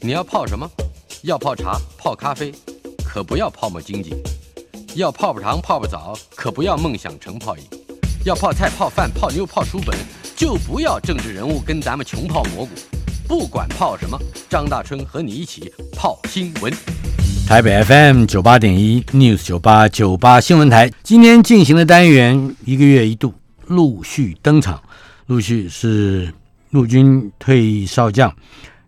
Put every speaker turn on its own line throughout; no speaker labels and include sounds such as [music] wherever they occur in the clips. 你要泡什么？要泡茶、泡咖啡，可不要泡沫经济；要泡泡糖、泡泡澡，可不要梦想成泡影；要泡菜、泡饭、泡妞、泡书本，就不要政治人物跟咱们穷泡蘑菇。不管泡什么，张大春和你一起泡新闻。
台北 FM 九八点一 News 九八九八新闻台今天进行的单元一个月一度陆续登场，陆续是陆军退役少将，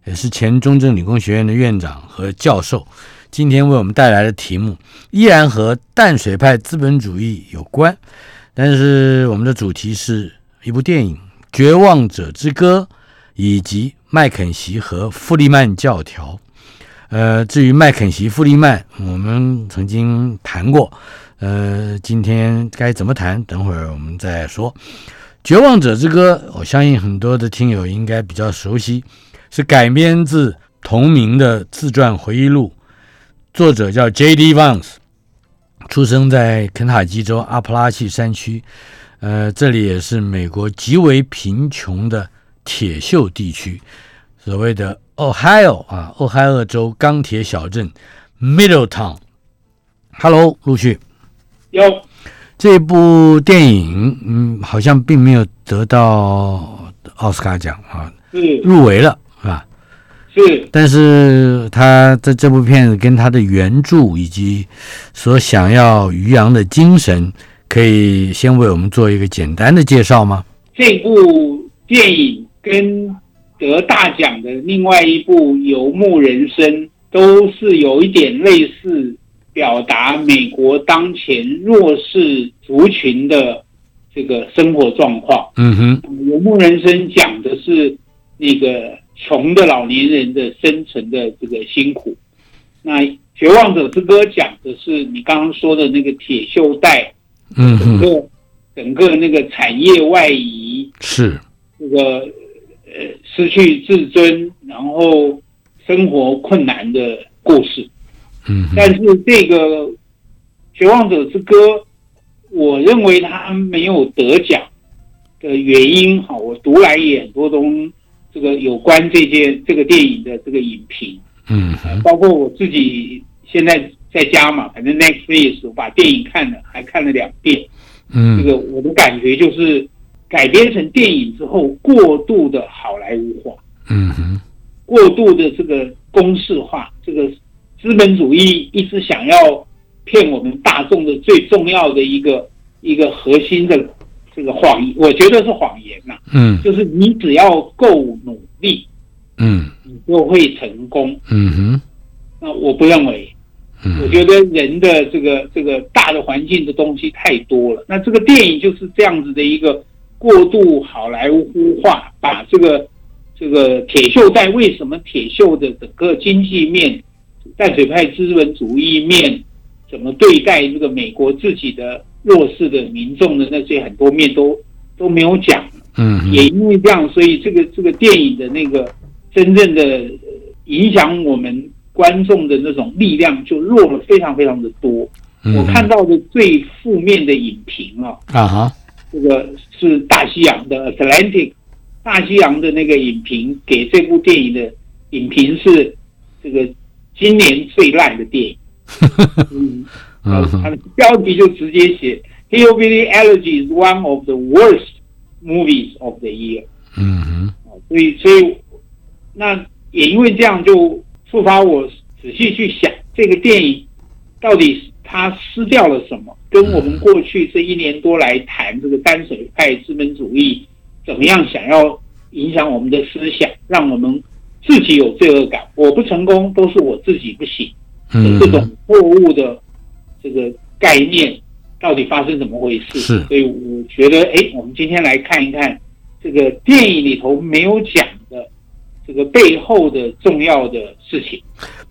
也是前中正理工学院的院长和教授。今天为我们带来的题目依然和淡水派资本主义有关，但是我们的主题是一部电影《绝望者之歌》，以及麦肯锡和弗利曼教条。呃，至于麦肯锡、富利曼，我们曾经谈过，呃，今天该怎么谈？等会儿我们再说。《绝望者之歌》，我相信很多的听友应该比较熟悉，是改编自同名的自传回忆录，作者叫 J.D. Vance，出生在肯塔基州阿普拉契山区，呃，这里也是美国极为贫穷的铁锈地区。所谓的 Ohio 啊，俄亥俄州钢铁小镇 Middletown。Hello，陆续
有
这部电影，嗯，好像并没有得到奥斯卡奖啊，
是
入围了是吧？
是
但是他在这部片子跟他的原著以及所想要于洋的精神，可以先为我们做一个简单的介绍吗？
这部电影跟得大奖的另外一部《游牧人生》都是有一点类似，表达美国当前弱势族群的这个生活状况。
嗯哼，
《游牧人生》讲的是那个穷的老年人的生存的这个辛苦。那《绝望者之歌》讲的是你刚刚说的那个铁锈带，
嗯哼，
整个整个那个产业外移，
是，
这个呃失去自尊，然后生活困难的故事。
嗯哼，
但是这个《绝望者之歌》，我认为他没有得奖的原因，哈，我读来也很多东这个有关这件这个电影的这个影评，
嗯哼，
包括我自己现在在家嘛，反正 Netflix 我把电影看了，还看了两遍。这
嗯
个我的感觉就是，改编成电影之后，过度的好莱坞化，
嗯哼，
过度的这个公式化，这个资本主义一直想要骗我们大众的最重要的一个一个核心的这个谎言，我觉得是谎言呐、
嗯
就是你只要够努力，
嗯
你就会成功。
嗯哼。
那我不认为，
嗯
我觉得人的这个这个大的环境的东西太多了。那这个电影就是这样子的一个过度好莱坞化，把这个这个铁锈带为什么铁锈的整个经济面、淡水派资本主义面，怎么对待这个美国自己的弱势的民众的那些很多面都都没有讲。
嗯
也因为这样，所以这个这个电影的那个真正的呃影响我们观众的那种力量就弱了非常非常的多。
嗯，
我看到的最负面的影评啊，
啊哈，
这个是大西洋的 Atlantic，大西洋的那个影评给这部电影的影评是这个今年最烂的电影。嗯，
嗯
它
哼
的标题就直接写 Hillbilly Elegy is one of the worst movies of the year。
嗯哼，
所以所以那也因为这样，就触发我仔细去想这个电影到底它失掉了什么，跟我们过去这一年多来谈这个单水派资本主义怎么样想要影响我们的思想，让我们自己有罪恶感，我不成功都是我自己不行
嗯
这
哼
种错误的这个概念。到底发生怎么回事？
是
所以我觉得，哎，我们今天来看一看这个电影里头没有讲的这个背后的重要的事情。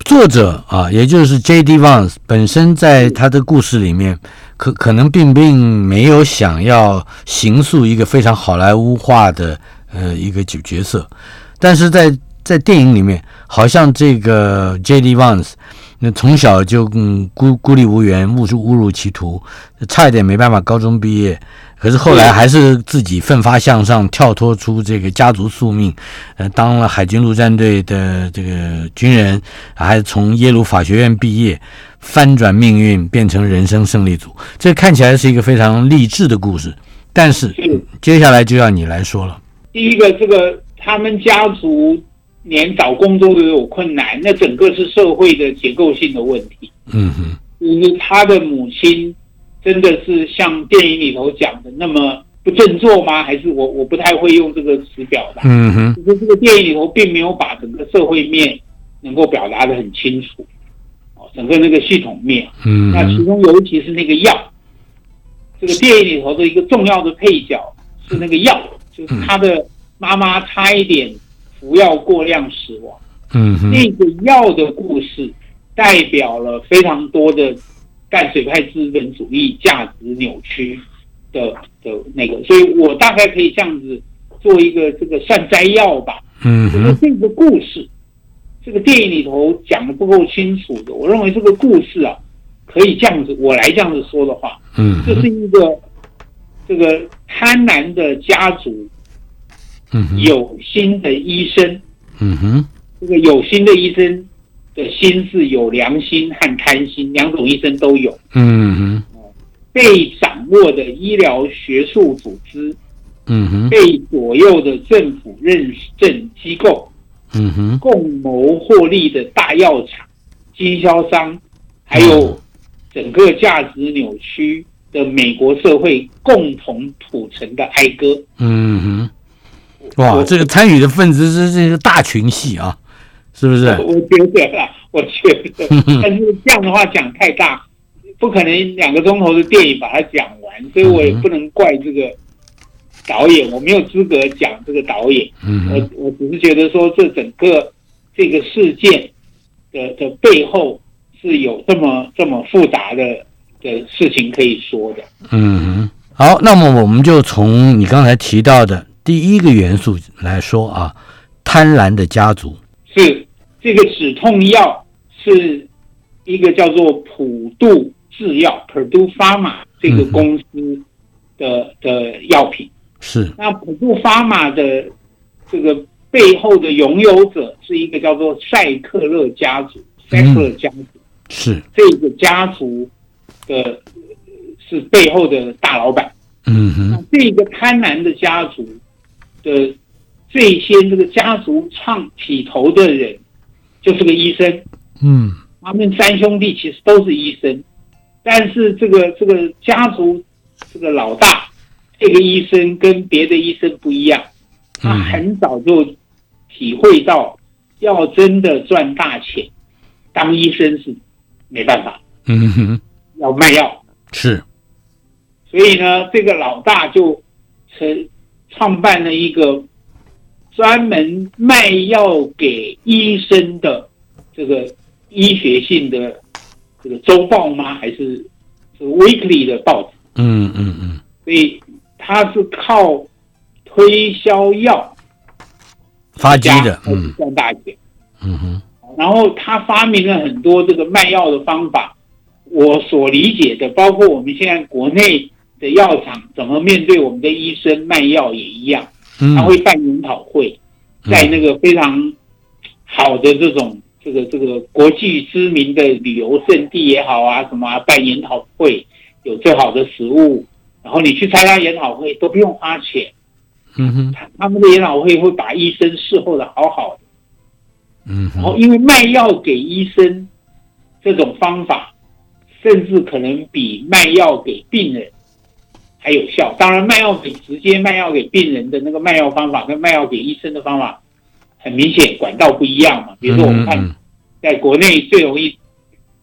作者啊，也就是 J.D. Vance 本身在他的故事里面，可可能并并没有想要形塑一个非常好莱坞化的呃一个角角色，但是在在电影里面，好像这个 J.D. Vance 那从小就嗯孤孤立无援，误入误入歧途，差一点没办法高中毕业。可是后来还是自己奋发向上，跳脱出这个家族宿命，呃，当了海军陆战队的这个军人，还从耶鲁法学院毕业，翻转命运，变成人生胜利组。这看起来是一个非常励志的故事，但是
是
接下来就要你来说了。
第一个，这个他们家族连找工作都有困难，那整个是社会的结构性的问题。
嗯哼，
就是他的母亲真的是像电影里头讲的那么不振作吗？还是我我不太会用这个词表达？
嗯哼，
就是这个电影里头并没有把整个社会面能够表达的很清楚，哦，整个那个系统面。
嗯
那其
哼，
中尤其是那个药，这个电影里头的一个重要的配角是那个药，
嗯
就是他的妈妈差一点服药过量死亡。
嗯哼，
那个药的故事代表了非常多的淡水派资本主义价值扭曲的的那个，所以我大概可以这样子做一个这个算摘要吧。
嗯
我说
哼，
这个故事，这个电影里头讲的不够清楚的，我认为这个故事啊，可以这样子，我来这样子说的话，
嗯
这是
哼，
一个这个贪婪的家族
嗯哼，
有心的医生，
嗯哼，
这个有心的医生的心是有良心和贪心，两种医生都有，
嗯哼，
被掌握的医疗学术组织，
嗯哼，
被左右的政府认证机构。
嗯哼，
共谋获利的大药厂、经销商，还
嗯
有整个价值扭曲的美国社会共同谱成的哀歌。
嗯哼，哇，这个参与的分子是这个大群戏啊，是不是？
我觉得啦，我觉得，
嗯
但是这样的话讲太大，不可能两个钟头的电影把它讲完，所以我也不能怪这个导演，我没有资格讲这个导演。
嗯
我
哼，
我只是觉得说，这整个这个事件的的背后是有这么这么复杂的的事情可以说的。
嗯哼，好，那么我们就从你刚才提到的第一个元素来说啊，贪婪的家族，
是这个止痛药是一个叫做普渡制药 （Purdue Pharma） 这
嗯
个公司的、的药品。
是，
那普渡 Pharma 的这个背后的拥有者是一个叫做塞克勒家族，塞克勒家族。
是，
这个家族的呃是背后的大老板。
嗯哼。
那这个贪婪的家族的最先这个家族创起头的人就是个医生，
嗯
他们三兄弟其实都是医生，但是这个这个家族这个老大这个医生跟别的医生不一样，他
嗯
很早就体会到要真的赚大钱，当医生是没办法，
嗯哼，
要卖药。
是，
所以呢，这个老大就成创办了一个专门卖药给医生的这个医学性的这个周报吗？还是是 weekly 的报纸？
嗯嗯嗯
所以他是靠推销药
发迹的
家开始
嗯
赚大钱。
嗯哼，
然后他发明了很多这个卖药的方法。我所理解的，包括我们现在国内的药厂怎么面对我们的医生卖药也一样，
嗯，
他会办研讨会，在那个非常好的这种这个这个国际知名的旅游胜地也好啊，什么啊办研讨会，有最好的食物，然后你去参加研讨会都不用花钱，
嗯哼
他他们的研讨会会把医生侍候的好好的。
嗯
然后
哼
因为卖药给医生这种方法，甚至可能比卖药给病人还有效。当然，卖药给直接卖药给病人的那个卖药方法，跟卖药给医生的方法，很明显管道不一样嘛。比如说，我们看
嗯
在国内最容易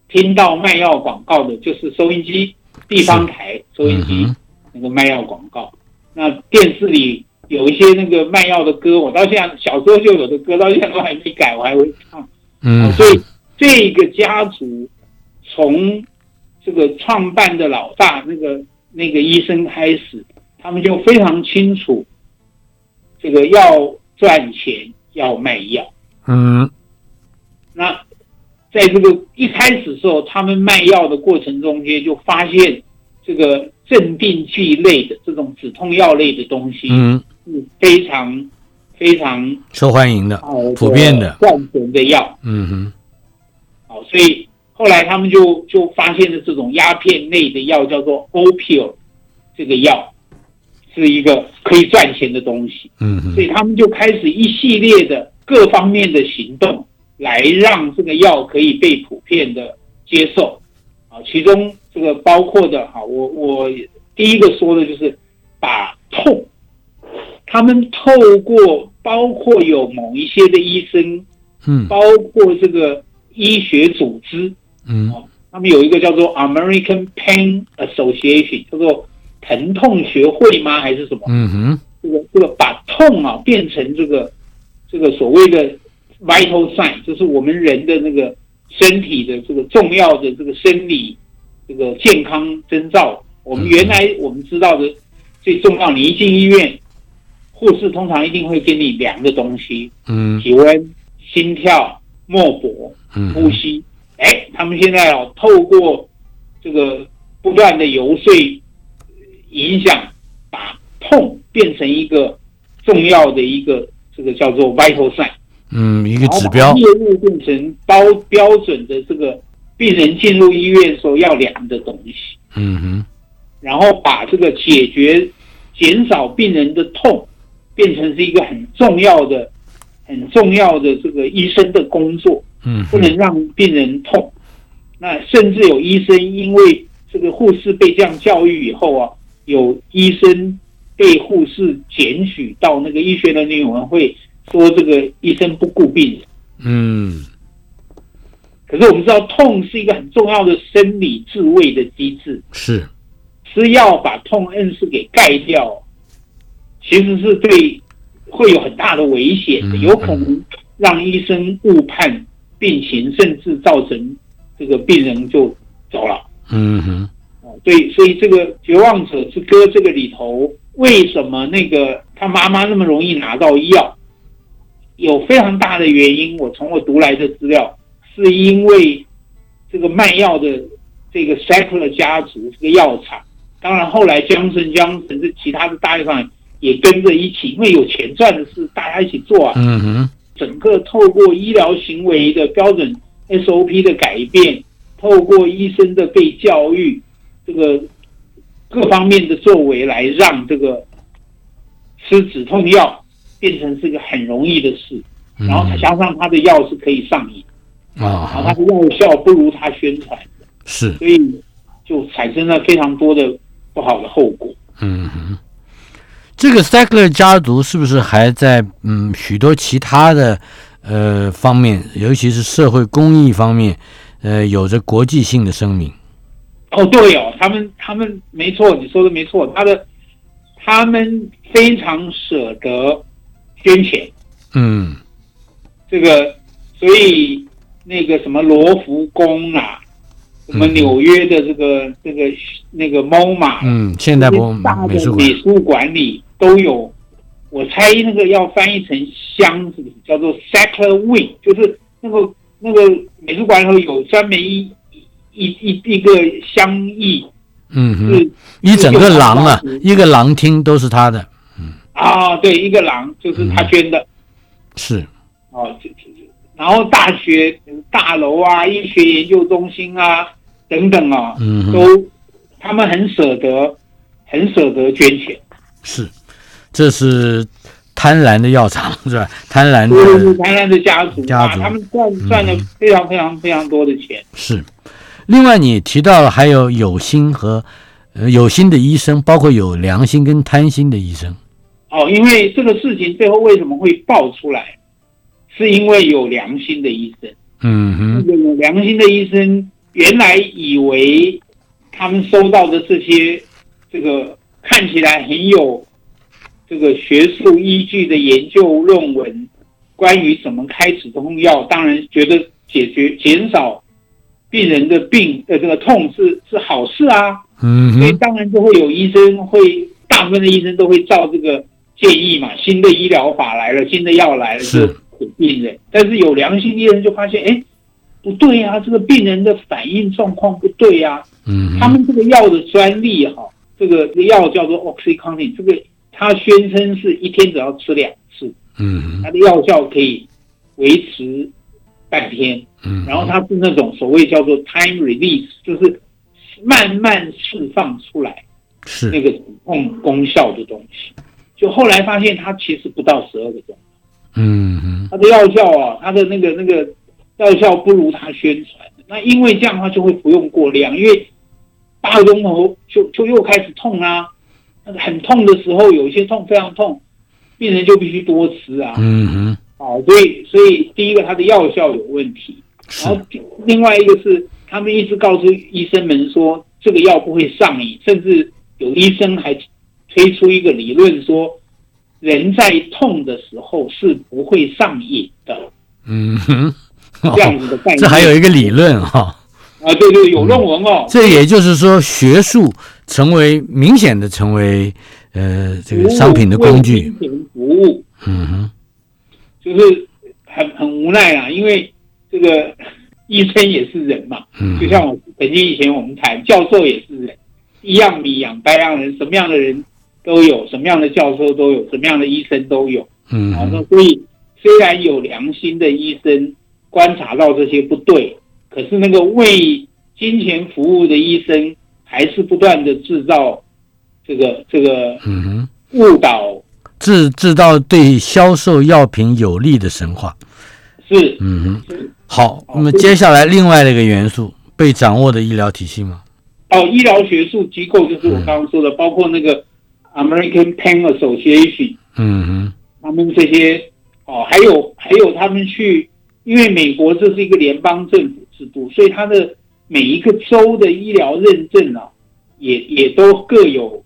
听到卖药广告的就是收音机，地方台收音机
嗯哼
那个卖药广告。那电视里有一些那个卖药的歌，我到现在小时候就有的歌，到现在都还没改，我还会唱。
嗯，
所以这个家族从这个创办的老大那个那个医生开始，他们就非常清楚，这个要赚钱要卖药。
嗯
那在这个一开始时候，他们卖药的过程中间就发现这个镇定剂类的这种止痛药类的东西
嗯，
是非常非常
受欢迎的，
呃
普遍的
赚钱的药。
嗯哼，
哦，所以后来他们就就发现了这种鸦片类的药叫做 opio，这个药是一个可以赚钱的东西，
嗯哼
所，以他们就开始一系列的各方面的行动来让这个药可以被普遍的接受。啊，其中这个包括的哈，我我第一个说的就是把痛，他们透过包括有某一些的医生
嗯
包括这个医学组织，
嗯
他们有一个叫做 American Pain Association，叫做疼痛学会吗？还是什么？
嗯哼，
这个这个把痛啊变成这个这个所谓的 vital sign，就是我们人的那个身体的这个重要的这个生理这个健康征兆。我们
嗯
原来我们知道的最重要，你一进医院，护士通常一定会给你量的东西，
嗯
体温、心跳、脉搏。
嗯
呼
哼，
吸。哎，他们现在哦，透过这个不断的游说呃影响，把痛变成一个重要的一个这个叫做 vital sign，
嗯，一个
然后
指
把
标
业，务变成包标准的这个病人进入医院时候要量的东西，
嗯哼，
然后把这个解决减少病人的痛变成是一个很重要的、很重要的这个医生的工作。
嗯
不能
哼，
让病人痛。那甚至有医生因为这个护士被这样教育以后啊，有医生被护士检举到那个医学伦理委员会，说这个医生不顾病人。
嗯
可是我们知道，痛是一个很重要的生理自卫的机制，
是，
吃药把痛恩是给盖掉，其实是对会有很大的危险的，
嗯
有可能让医生误判病情，甚至造成这个病人就走了。
嗯哼，
哦，对，所以这个《绝望者之歌》这个里头，为什么那个他妈妈那么容易拿到药？有非常大的原因，我从我读来的资料，是因为这个卖药的这个 Sackler 家族这个药厂，当然后来江森江森这其他的大药厂也跟着一起，因为有钱赚的事，大家一起做啊。
嗯哼，
整个透过医疗行为的标准 SOP 的改变，透过医生的被教育，这个各方面的作为来让这个吃止痛药变成是个很容易的事，然后
嗯
加上它的药是可以上瘾，
啊
然后它
哈，
的药效不如它宣传，
是，
所以就产生了非常多的不好的后果。
嗯哼，这个 Sackler 家族是不是还在嗯许多其他的呃方面，尤其是社会公益方面，呃，有着国际性的声明？
哦，对哦，他们他们没错，你说的没错，他的他们非常舍得捐钱，
嗯
这个所以那个什么罗浮宫啊，什么
嗯
纽约的这个这个那个 MoMA，、
嗯，现代博
大
美
的
术馆
美术馆里都有，我猜那个要翻译成箱子，叫做 Sackler Wing，就是那个那个美术馆里头有专门一一一一个箱翼。
嗯
是
哼，一整个廊啊，一个廊厅都是他的，
啊，对，一个狼就是他
嗯
捐的、
是，
哦，这这这然后大学大楼啊、医学研究中心啊等等啊，
嗯哼。
都他们很舍得，很舍得捐钱。
是，这是贪婪的药厂 [laughs] 是吧？贪婪
就是
的
台南的家族
嗯家
啊，
族嗯
他们赚赚了非常非常非常多的钱。
是。另外，你提到了还有有心和呃有心的医生，包括有良心跟贪心的医生。
哦，因为这个事情最后为什么会爆出来，是因为有良心的医生。那
嗯
个有良心的医生原来以为他们收到的这些这个看起来很有这个学术依据的研究论文，关于怎么开止痛药，当然觉得解决减少病人的病呃这个痛是是好事啊，
哼，嗯
所以
哼，
当然就会有医生会大部分的医生都会照这个建议嘛，新的医疗法来了，新的药来了
是
就给病人，但是有良心医生就发现，哎，不不对呀、这个病人的反应状况不对呀、
嗯
他
哼，
们这个药的专利哈、这个药叫做 OxyContin，这个它宣称是一天只要吃两次，
嗯
它
哼，
的药效可以维持半天，
嗯哼，
然后它是那种所谓叫做 time release，就是慢慢释放出来那
是，
个功功效的东西。就后来发现它其实不到十二个钟，
嗯哼，
它的药效啊，它的那个那个药效不如它宣传。那因为这样，它就会服用过量，因为八个钟头就就又开始痛啦、那个很痛的时候，有一些痛非常痛，病人就必须多吃啊。
嗯哼，
啊，所以所以第一个它的药效有问题，然后
是，
另外一个是他们一直告诉医生们说这个药不会上瘾，甚至有医生还推出一个理论说，人在痛的时候是不会上瘾的
嗯哼，
这样子的概念。
[laughs] 这还有一个理论哈、
啊，对对，有论文哦，
这也就是说，学术成为明显的成为呃这个商品的工具。
服务为金钱服务
嗯哼，
就是很很无奈啦，因为这个医生也是人嘛，
嗯
就像我曾经以前我们谈，教授也是人，一样米养百样人，什么样的人都有，什么样的教授都有，什么样的医生都有。
嗯
啊，那
哼，
所以虽然有良心的医生观察到这些不对，可是那个为金钱服务的医生还是不断的制造这个这个
嗯哼，
误导，
制制造对销售药品有利的神话。
是
嗯
是
哼，好，
哦
那么接下来另外的一个元素，被掌握的医疗体系嘛。
哦，医疗学术机构就是我刚刚说的，包括那个 American Pen Association。
嗯
他们这些哦，还有还有他们去，因为美国这是一个联邦政府制度，所以它的每一个州的医疗认证啊，也也都各有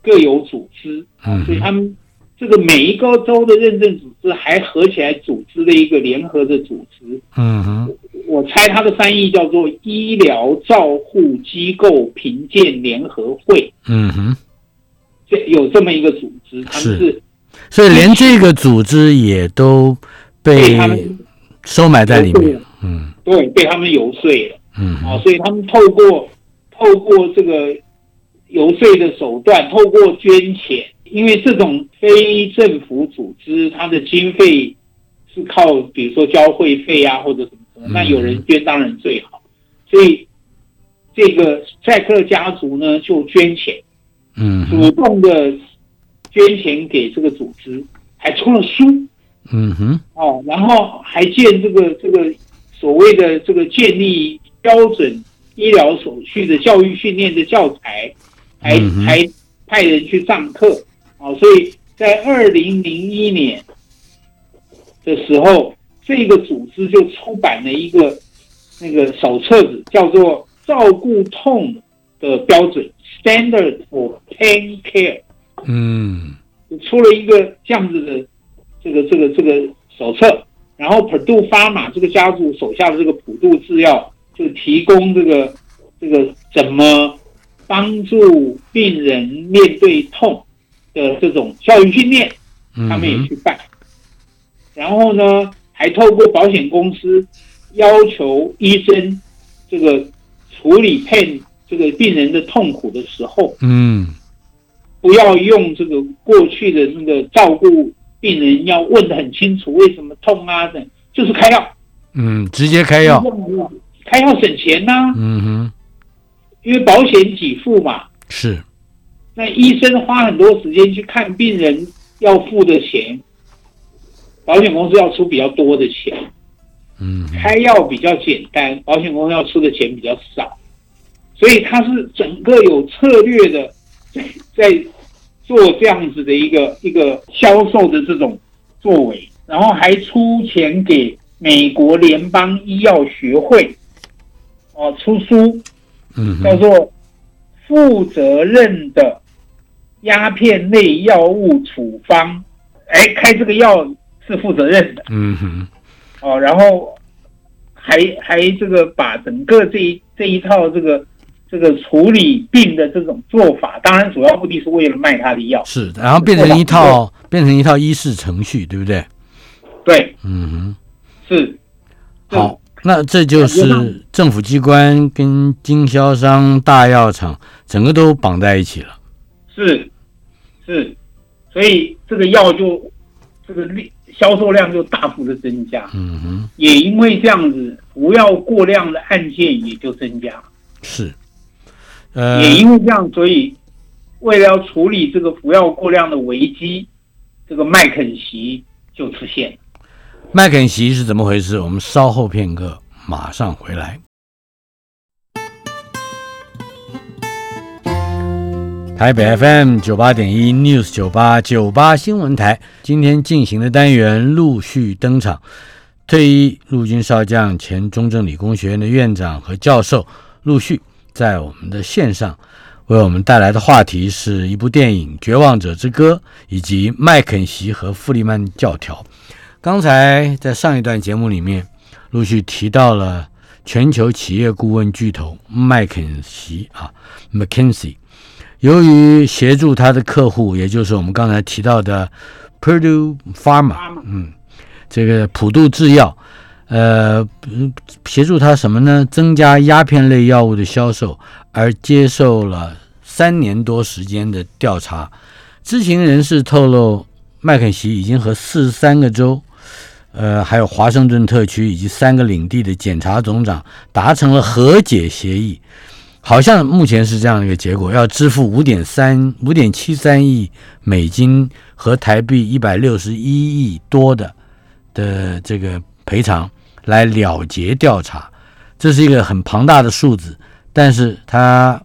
各有组织，
哼，
所以
嗯哼，
他们这个每一个州的认证组织还合起来组织了一个联合的组织，
嗯哼，
我猜它的翻译叫做医疗照护机构评鉴联合会，
嗯哼，
这有这么一个组织，他
是
们是
所以连这个组织也都
被
被
他们
收买在里
游说
面
了。
嗯
对被他们游说了。
嗯
啊，
哼，
所以他们透过透过这个游说的手段，透过捐钱，因为这种非政府组织，它的经费是靠比如说交会费啊或者什么什么，那有人捐当然最好，所以这个赛克家族呢就捐钱，
嗯
主
哼，
动的捐钱给这个组织，还出了书，
嗯哼，
哦，然后还建这个这个所谓的这个建立标准医疗手续的教育训练的教材，还
嗯哼
还派人去上课哦，所以在二零零一年的时候，这个组织就出版了一个那个手册子，叫做《照顾痛的标准》（Standard for Pain Care）。
嗯
出了一个这样子的这个这个这个手册，然后 Purdue Pharma 这个家族手下的这个普渡制药就提供这个这个怎么帮助病人面对痛的这种教育训练，
嗯
他们也
哼，
去办。然后呢，还透过保险公司要求医生这个处理 pain 这个病人的痛苦的时候，
嗯。
不要用这个过去的那个照顾病人要问的很清楚，为什么痛啊等，就是开药，
嗯，直接开药。
开药省钱呐、
嗯哼，
因为保险给付嘛。
是，
那医生花很多时间去看病人要付的钱，保险公司要出比较多的钱，
嗯哼
开药比较简单，保险公司要出的钱比较少，所以它是整个有策略的在在做这样子的一个一个销售的这种作为，然后还出钱给美国联邦医药学会，哦、出书
嗯
叫
哼，
做《负责任的鸦片类药物处方》，哎，开这个药是负责任的。
嗯哼，
哦，然后还还这个把整个这一这一套这个这个处理病的这种做法，当然主要目的是为了卖他的药。
是，然后变成一套，变成一套医事程序，对不对？
对，
嗯
是。
哼，好，那这就是政府机关跟经销商、大药厂整个都绑在一起了。
是是，所以这个药就这个利销售量就大幅的增加，
嗯哼，
也因为这样子，服药过量的案件也就增加，
是，呃，
也因为这样，所以为了要处理这个服药过量的危机，这个麦肯锡就出现了。
麦肯锡是怎么回事？我们稍后片刻马上回来。台北 FM 九八点一 News 九八九八新闻台今天进行的单元陆续登场。退役陆军少将、前中正理工学院的院长和教授陆续在我们的线上为我们带来的话题是一部电影《绝望者之歌》以及麦肯锡和弗利曼教条。刚才在上一段节目里面，陆续提到了全球企业顾问巨头麦肯锡啊 （McKinsey），由于协助他的客户，也就是我们刚才提到的 Purdue Pharma，嗯，这个普渡制药，呃，嗯协助他什么呢？增加鸦片类药物的销售，而接受了三年多时间的调查。知情人士透露，麦肯锡已经和四十三个州呃，还有华盛顿特区以及三个领地的检察总长达成了和解协议，好像目前是这样一个结果，要支付五点三五点七三亿美金和台币一百六十一亿多的的这个赔偿来了结调查，这是一个很庞大的数字，但是他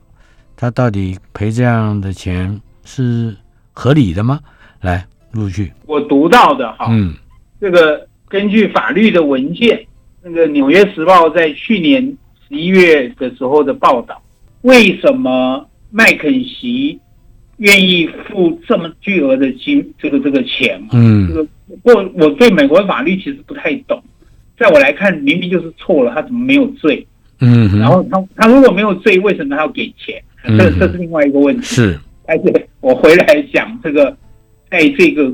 他到底赔这样的钱是合理的吗？来，陆续，
我读到的哈，
嗯
这个根据法律的文件，那个《纽约时报》在去年十一月的时候的报道，为什么麦肯锡愿意付这么巨额的金这个这个钱？这
嗯
个我我对美国法律其实不太懂，在我来看，明明就是错了，他怎么没有罪？
嗯哼，
然后他他如果没有罪，为什么他要给钱？这
嗯
这是另外一个问题。
是。
而且我回来讲这个，在这个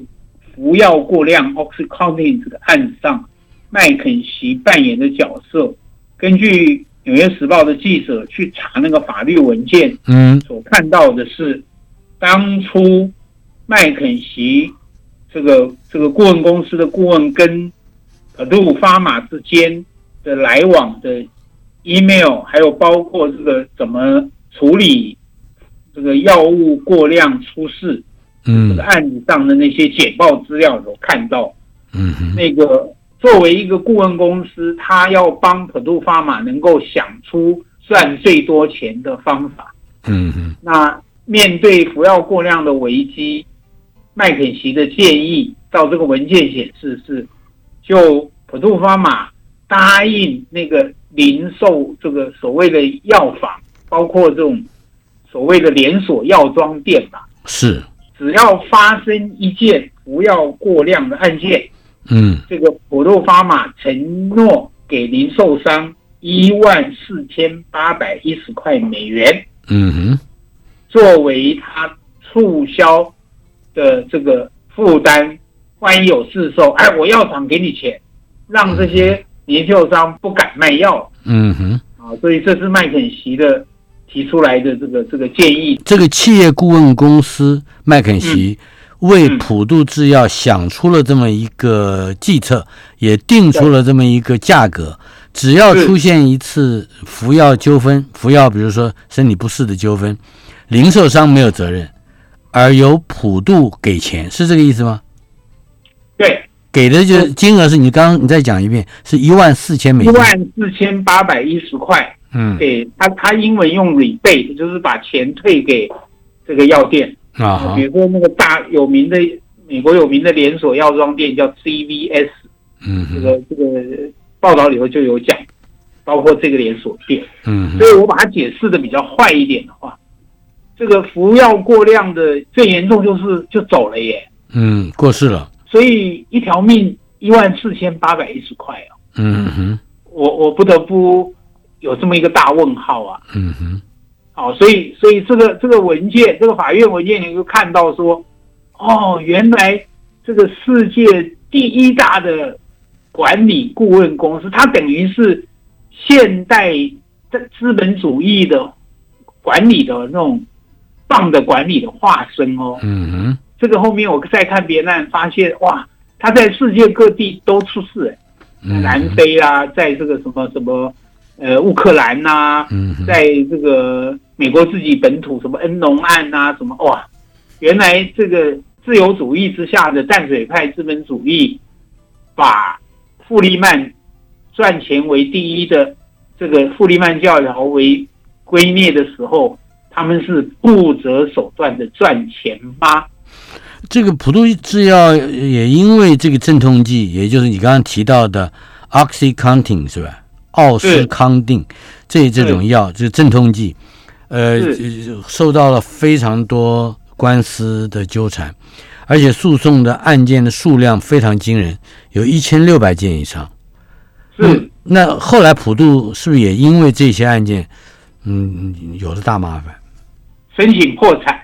服药过量 （OxyContin） 这个案子上，麦肯锡扮演的角色，根据《纽约时报》的记者去查那个法律文件
嗯
所看到的是，当初麦肯锡这个这个顾问公司的顾问跟呃杜发马之间的来往的 email，还有包括这个怎么处理这个药物过量出事这
嗯
个案子上的那些简报资料有看到，
嗯哼
那个作为一个顾问公司，他要帮普杜发马能够想出赚最多钱的方法。
嗯哼
那面对服药过量的危机，麦肯锡的建议，照这个文件显示是，就普杜发马答应那个零售这个所谓的药房，包括这种所谓的连锁药妆店吧，
是
只要发生一件服药过量的案件，
嗯
这个普杜发马承诺给零售商一万四千八百一十块美元。
嗯哼
作为他促销的这个负担，万一有市售，哎，我药厂给你钱，让这些年秀商不敢卖药
嗯哼，
啊，所以这是麦肯锡的提出来的这个这个建议，
这个企业顾问公司麦肯锡
嗯
为普渡制药想出了这么一个计策，也定出了这么一个价格。只要
是
出现一次服药纠纷，服药比如说身体不适的纠纷，零售商没有责任，而由普渡给钱，是这个意思吗？
对，
给的就是金额是你刚刚你再讲一遍，是一万四千美
一
金。
万四千八百一十块
嗯
给他，他英文用 rebate 就是把钱退给这个药店，
啊哈
比如说那个大有名的美国有名的连锁药妆店叫 CVS。
嗯
这
哼
个这个报道里头就有讲，包括这个连锁店，
嗯哼
所以我把它解释的比较坏一点的话，这个服药过量的最严重就是就走了耶，
嗯过世了。
所以一条命一万四千八百一十块啊，
嗯哼，
我我不得不有这么一个大问号啊，
嗯哼，
哦，所以所以这个这个文件，这个法院文件你就看到说，哦，原来这个世界第一大的管理顾问公司，它等于是现代的资本主义的管理的那种棒的管理的化身哦。
嗯哼，
这个后面我再看别案，发现哇，他在世界各地都出事、哎
嗯
南
哼，
非啊，在这个什么什么呃乌克兰呐、
嗯哼，
在这个美国自己本土什么恩农案啊，什么哇，原来这个自由主义之下的淡水派资本主义，把富利曼赚钱为第一的这个富利曼教条为圭臬的时候，他们是不择手段的赚钱吗？
这个普渡制药也因为这个镇痛剂，也就是你刚刚提到的 oxycontin 是吧？奥司康定这这种药，这镇痛剂，呃，受到了非常多官司的纠缠，而且诉讼的案件的数量非常惊人，有一千六百件以上。
是。
嗯那后来普渡是不是也因为这些案件，嗯，有了大麻烦？
申请破产，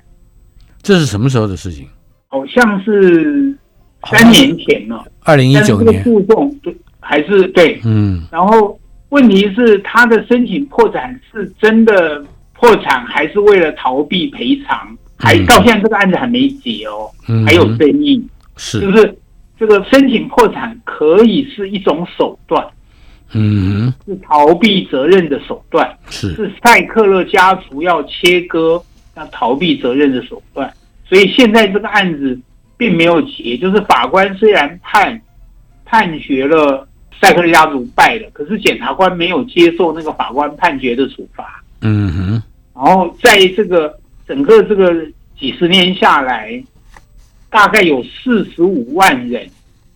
这是什么时候的事情？
好像是三年前了。
二零一
但是
九
这个
年。
诉讼对还是对，
嗯
然后问题是他的申请破产是真的破产，还是为了逃避赔偿？还
嗯
到现在这个案子还没结哦，
嗯，
还有争议，
是
就是这个申请破产可以是一种手段，
嗯
是逃避责任的手段，
哼，是，
是塞克勒家族要切割、要逃避责任的手段。所以现在这个案子并没有结，就是法官虽然判判决了塞克勒家族败了，可是检察官没有接受那个法官判决的处罚。
嗯哼，
然后在这个整个这个几十年下来，大概有四十五万人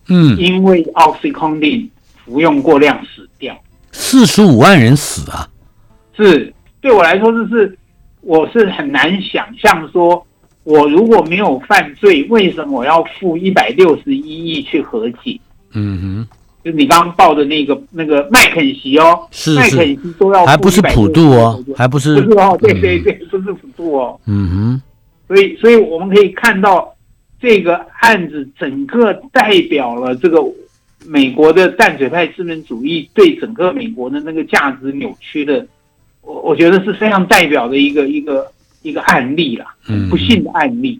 嗯，
因为奥 x y c o n i n 服用过量死掉。
四十五万人死啊，
是对我来说，就是我是很难想象说，我如果没有犯罪，为什么我要付一百六十一亿去和解？
嗯
就你刚刚报的那个那个麦肯锡哦，
是
麦肯锡都要
哼，
付
还不是
160
普渡哦
亿，
还不是
不，是哦，对
嗯
对对，不是普渡哦，
嗯哼，
所以所以我们可以看到这个案子整个代表了这个。美国的淡水派资本主义对整个美国的那个价值扭曲的我我觉得是非常代表的一个一个一个案例啦，
嗯
不幸的案例。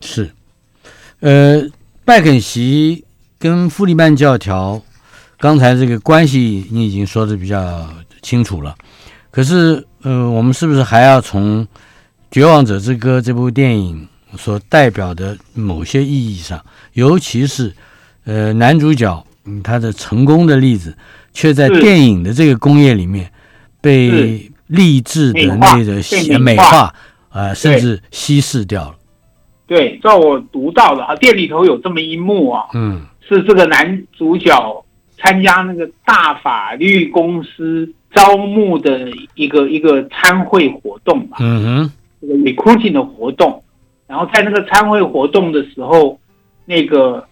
是，呃，麦肯锡跟富利曼教条，刚才这个关系你已经说的比较清楚了，可是，呃，我们是不是还要从《绝望者之歌》这部电影所代表的某些意义上，尤其是，呃，男主角嗯他的成功的例子，却在
是
电影的这个工业里面被
是
励志的
美化
那个
被
美
美
化
化
啊、呃甚至稀释掉了，
对，照我读到的啊，店里头有这么一幕啊，
嗯。
是这个男主角参加那个大法律公司招募的一个一个参会活动啊吧，
嗯
这个 recruiting 的活动。然后在那个参会活动的时候，那个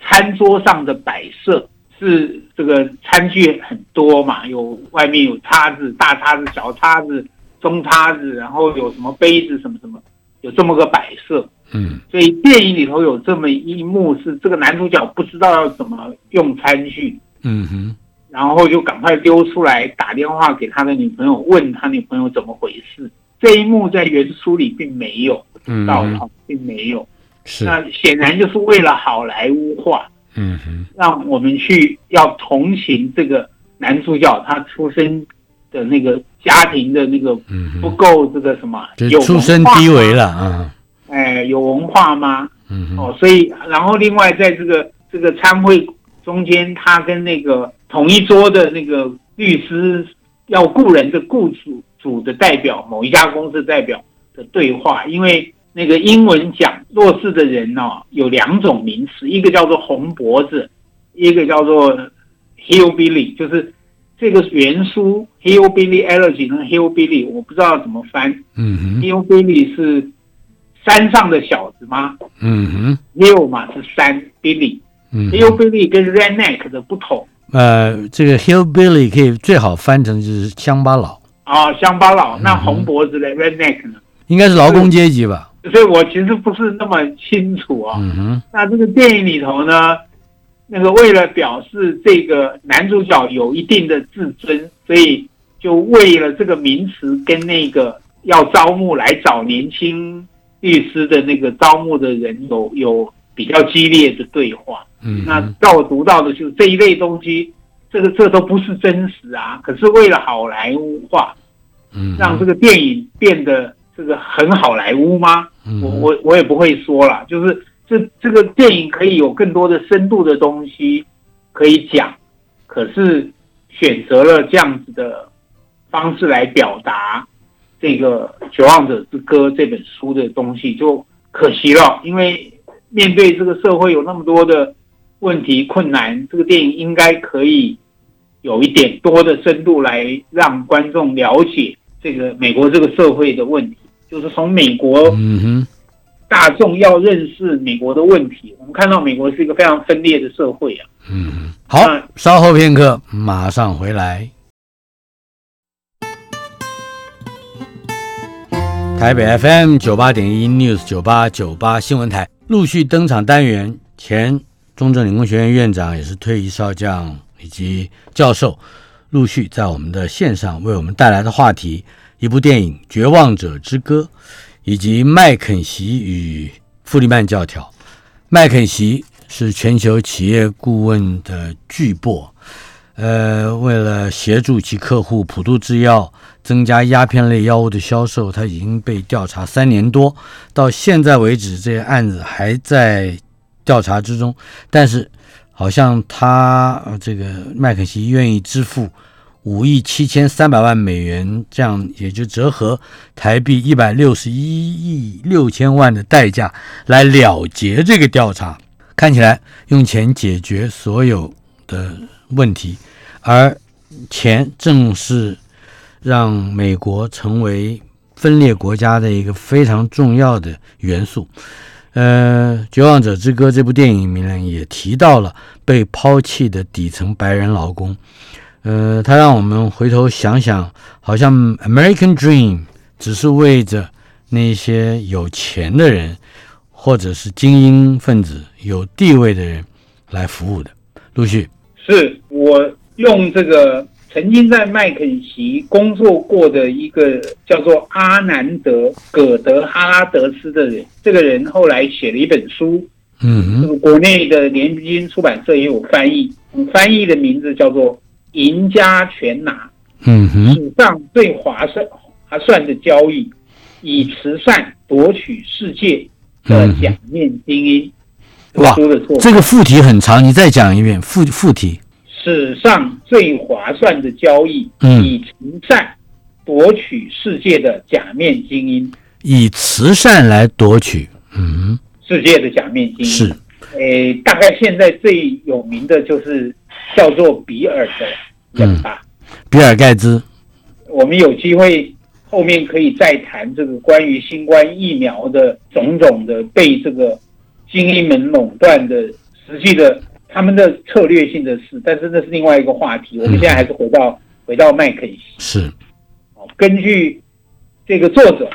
餐桌上的摆设是这个餐具很多嘛，有外面有叉子、大叉子、小叉子、中叉子，然后有什么杯子什么什么，有这么个摆设。
哼，嗯
所以电影里头有这么一幕是这个男主角不知道要怎么用餐具，
嗯哼，
然后就赶快溜出来打电话给他的女朋友，问他女朋友怎么回事。这一幕在原书里并没有，
嗯
到
哼，
场并没有。
是，
那显然就是为了好莱坞化，
嗯哼，
让我们去要同情这个男主角他出身的那个家庭的那个
嗯
不
哼，
够这个什么，
就
有
是嗯出身
文化
低微
吗，
了啊，
哎，有文化吗？
嗯哼，
哦，所以然后另外在这个这个参会中间，他跟那个同一桌的那个律师要雇人的雇主主的代表，某一家公司代表的对话，因为那个英文讲弱势的人哦，有两种名词，一个叫做红脖子，一个叫做 hillbilly，就是。这个原书 hillbilly allergy 那个 hillbilly 我不知道怎么翻
嗯哼，
，hillbilly 是山上的小子吗？
嗯哼，
六嘛是三，Billy，
嗯
只有
哼，
Billy 跟 Redneck 的不同
呃，这个 hillbilly 可以最好翻成就是乡巴佬，
啊，乡巴佬，那
嗯哼
红脖子的 Redneck 呢？
应该是劳工阶级吧？
所以我其实不是那么清楚哦。
嗯哼，
那这个电影里头呢，那个为了表示这个男主角有一定的自尊，所以就为了这个名词跟那个要招募来找年轻律师的那个招募的人有有比较激烈的对话。
嗯，
那让我读到的就是这一类东西，这个这都不是真实啊，可是为了好莱坞化，
嗯
让这个电影变得这个很好莱坞吗？
嗯
我我我也不会说了，就是这这个电影可以有更多的深度的东西可以讲，可是选择了这样子的方式来表达这个《绝望者之歌》这本书的东西，就可惜了，因为面对这个社会有那么多的问题困难，这个电影应该可以有一点多的深度来让观众了解这个美国这个社会的问题，就是从美国。
嗯哼，
大众要认识美国的问题。我们看到美国是一个非常分裂的社会啊。
嗯哼，好
那，
稍后片刻，马上回来。台北 FM 九八点一 News 九八九八新闻台陆续登场单元，前中正理工学院院长也是退役少将以及教授，陆续在我们的线上为我们带来的话题，一部电影《绝望者之歌》，以及麦肯锡与弗里曼教条。麦肯锡是全球企业顾问的巨擘，呃，为了协助其客户普渡制药增加鸦片类药物的销售，他已经被调查三年多，到现在为止，这些案子还在调查之中。但是，好像他、呃、这个麦肯锡愿意支付五亿七千三百万美元，这样也就折合台币一百六十一亿六千万的代价来了结这个调查。看起来用钱解决所有的问题，而钱正是让美国成为分裂国家的一个非常重要的元素。呃，《绝望者之歌》这部电影里面也提到了被抛弃的底层白人劳工，呃，它让我们回头想想，好像《American Dream》只是为着那些有钱的人，或者是精英分子、有地位的人来服务的。陆续，
是我用这个曾经在麦肯锡工作过的一个叫做阿南德·葛德哈拉德斯的人，这个人后来写了一本书，
嗯哼，
这个国内的联经出版社也有翻译，翻译的名字叫做《赢家全拿》。
嗯哼，
史上最划算划算的交易，以慈善夺取世界的假面精英。
嗯哇
我说的错，
这个副题很长，你再讲一遍副副题。
史上最划算的交易，
嗯
以慈善夺取世界的假面精英，
以慈善来夺取，嗯，
世界的假面精英
是，
诶，大概现在最有名的就是叫做比尔的人
嗯
吧。
比尔盖茨，
我们有机会后面可以再谈这个关于新冠疫苗的种种的被这个精英们垄断的实际的他们的策略性的事，但是那是另外一个话题。我们现在还是回到回到麦肯锡。
是，
哦根据这个作者，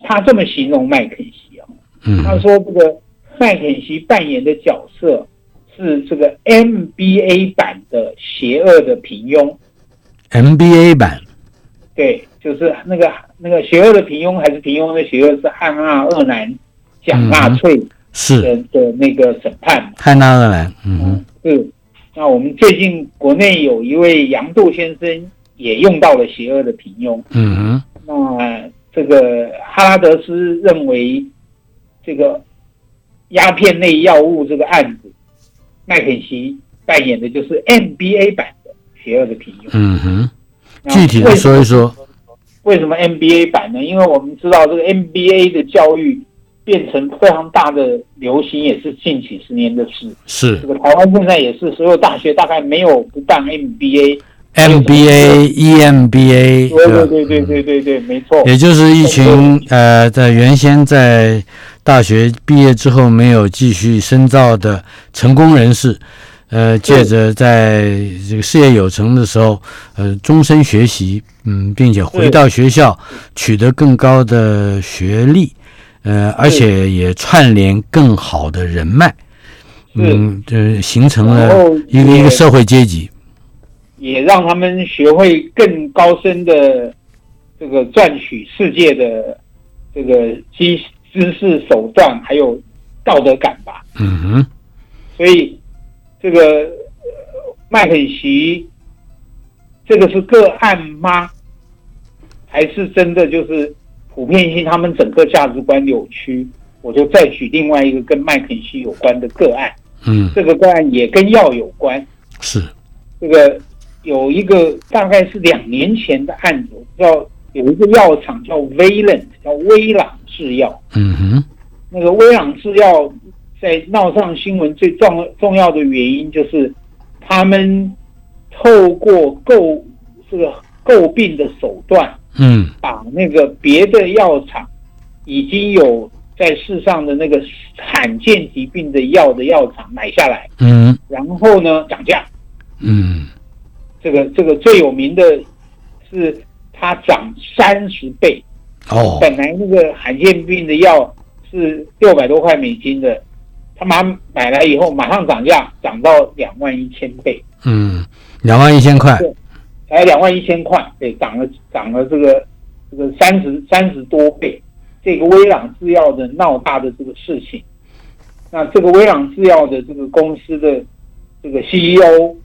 他这么形容麦肯锡啊，
嗯
他说这个麦肯锡扮演的角色是这个 MBA 版的邪恶的平庸。
，MBA 版，
对，就是那个那个邪恶的平庸，还是平庸的邪恶，是汉娜鄂南、蒋纳粹
是
的的那个审判嘛。
汉娜厄兰，嗯哼，
是，那我们最近国内有一位杨度先生也用到了邪恶的平庸。
嗯哼，
那这个哈拉德斯认为，这个鸦片类药物这个案子，麦肯锡扮演的就是 MBA 版的邪恶的平庸。
嗯哼，
那
具体的
为什
说
么
一说，
为什么 MBA 版呢？因为我们知道这个 MBA 的教育变成非常大的流行，也是近几十年的事。这
是
个台湾现在也是所有大学大概没有不办 MBA。
MBA、EMBA，
对对
吧
对对对对对，没错。
啊嗯也就是一群呃，在原先在大学毕业之后没有继续深造的成功人士，呃，借着在这个事业有成的时候，呃，终身学习，嗯，并且回到学校取得更高的学历，呃，而且也串联更好的人脉，嗯，这形成了
然后
一个一个
也
社会阶级。
也让他们学会更高深的这个赚取世界的这个知知识手段，还有道德感吧。
嗯哼，
所以这个呃麦肯锡这个是个案吗？还是真的就是普遍性他们整个价值观扭曲？我就再举另外一个跟麦肯锡有关的个案，
嗯，
这个个案也跟药有关。
是，
这个有一个大概是两年前的案子，叫有一个药厂叫 Valent，叫威朗制药。
嗯哼，
那个威朗制药在闹上新闻最重重要的原因就是，他们透过购这个诟病的手段，
嗯
把那个别的药厂已经有在世上的那个罕见疾病的药的药厂买下来，
嗯
然后呢涨价。
嗯，
这个这个最有名的是它涨三十倍，
哦，
本来那个罕见病的药是六百多块美金的，他妈买来以后马上涨价，涨到两万一千倍，
嗯，两万一千块，
才两万一千块，对，涨了涨了这个这个三十三十多倍，这个威朗制药的闹大的这个事情，那这个威朗制药的这个公司的这个 CEO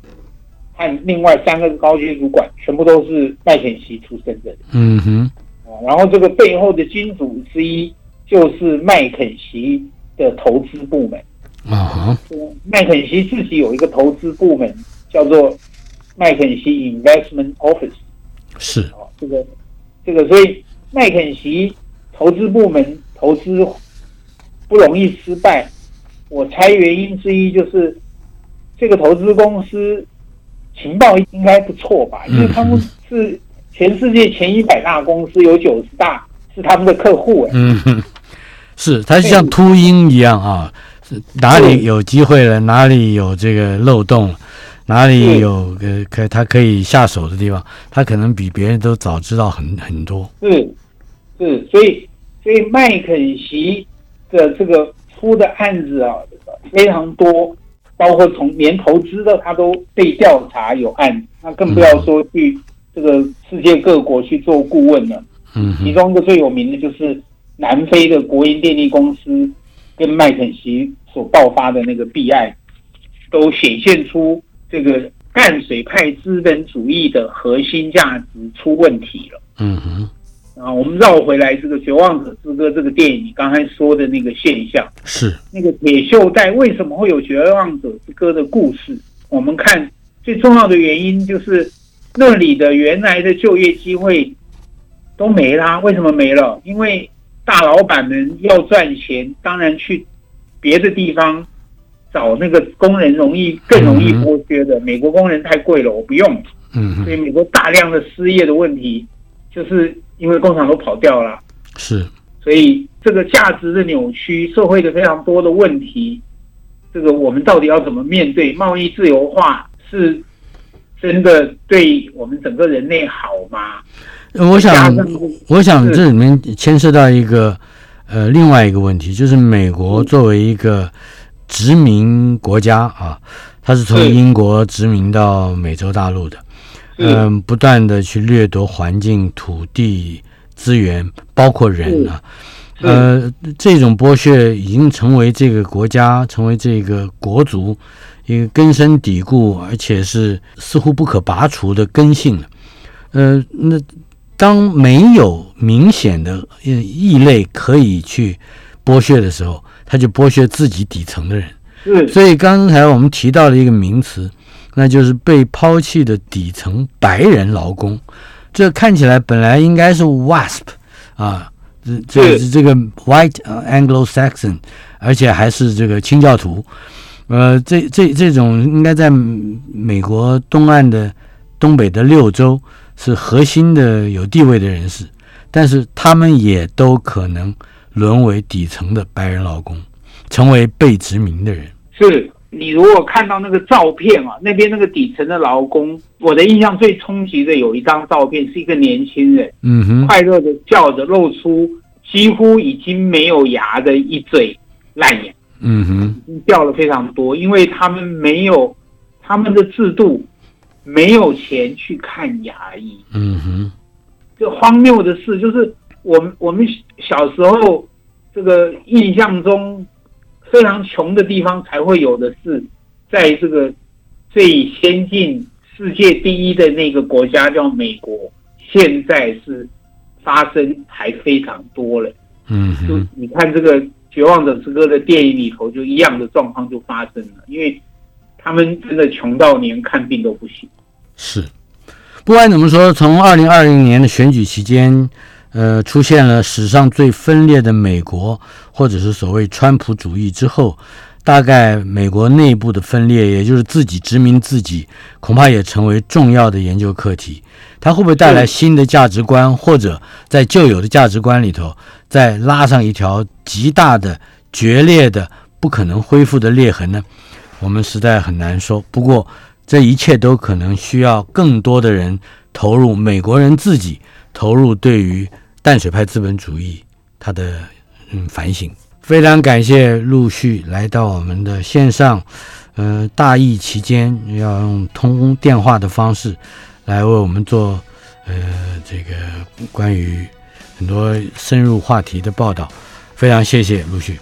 和另外三个高级主管全部都是麦肯锡出身的人
嗯哼，
啊，然后这个背后的金主之一就是麦肯锡的投资部门。呃
啊哈，
麦肯锡自己有一个投资部门，叫做麦肯锡 Investment Office
是，
啊，这个这个，所以麦肯锡投资部门投资不容易失败，我猜原因之一就是这个投资公司情报应该不错吧，因为他们是全世界前一百大公司，有九十大是他们的客户、哎，
嗯哼，是，它就像秃鹰一样啊，是哪里有机会了，哪里有这个漏洞了，哪里
对
有呃可它可以下手的地方，它可能比别人都早知道很很多。
是是，所以所以麦肯锡的这个出的案子啊非常多，包括从连投资的他都被调查有案子，那更不要说去这个世界各国去做顾问了。
嗯
其
哼，
中一个最有名的就是南非的国营电力公司跟麦肯锡所爆发的那个弊案，都显现出这个淡水派资本主义的核心价值出问题了。
嗯哼，
啊，我们绕回来这个《绝望者之歌》这个电影，你刚才说的那个现象，
是，
那个铁锈带为什么会有《绝望者之歌》的故事？我们看最重要的原因就是那里的原来的就业机会都没啦。为什么没了？因为大老板们要赚钱，当然去别的地方找那个工人容易更容易
嗯
剥削的。美国工人太贵了，我不用。
嗯
所以
哼，
美国大量的失业的问题，就是因为工厂都跑掉了，
是，
所以这个价值的扭曲，社会的非常多的问题，这个我们到底要怎么面对？贸易自由化是真的对我们整个人类好吗？
呃我
加
想
上这个
我想
是
这里面牵涉到一个呃另外一个问题，就是美国
嗯
作为一个殖民国家啊，它是从
是
英国殖民到美洲大陆的，
是
嗯、不断的去掠夺环境、土地资源，包括人啊。
是
呃，这种剥削已经成为这个国家、成为这个国族一个根深蒂固，而且是似乎不可拔除的根性了。呃，那当没有明显的呃异类可以去剥削的时候，他就剥削自己底层的人。
是
所以刚才我们提到了一个名词，那就是被抛弃的底层白人劳工。这看起来本来应该是 WASP 啊，这这
是
这个 White 呃 Anglo-Saxon，而且还是这个清教徒。呃，这这这种应该在嗯美国东岸的东北的六州是核心的有地位的人士，但是他们也都可能沦为底层的白人劳工，成为被殖民的人。
是你如果看到那个照片啊，那边那个底层的劳工，我的印象最冲击的有一张照片，是一个年轻人。
嗯哼，
快乐的笑着，露出几乎已经没有牙的一嘴烂牙。
嗯哼，
掉了非常多，因为他们没有他们的制度没有钱去看牙医。
嗯哼，
这荒谬的事就是我们我们小时候这个印象中非常穷的地方才会有的事，在这个最先进世界第一的那个国家叫美国，现在是发生还非常多了。
嗯
就
哼，
你看这个《绝望者之歌》的电影里头，就一样的状况就发生了，因为他们真的穷到连看病都不行。
是。不管怎么说，从二零二零年的选举期间，呃，出现了史上最分裂的美国，或者是所谓川普主义之后，大概美国内部的分裂，也就是自己殖民自己，恐怕也成为重要的研究课题。它会不会带来
嗯
新的价值观，或者在旧有的价值观里头再拉上一条极大的、决裂的、不可能恢复的裂痕呢？我们实在很难说。不过，这一切都可能需要更多的人投入，美国人自己投入对于淡水派资本主义它的嗯反省。非常感谢陆续来到我们的线上，呃，大疫期间要用通电话的方式来为我们做呃这个关于很多深入话题的报道，非常谢谢陆续。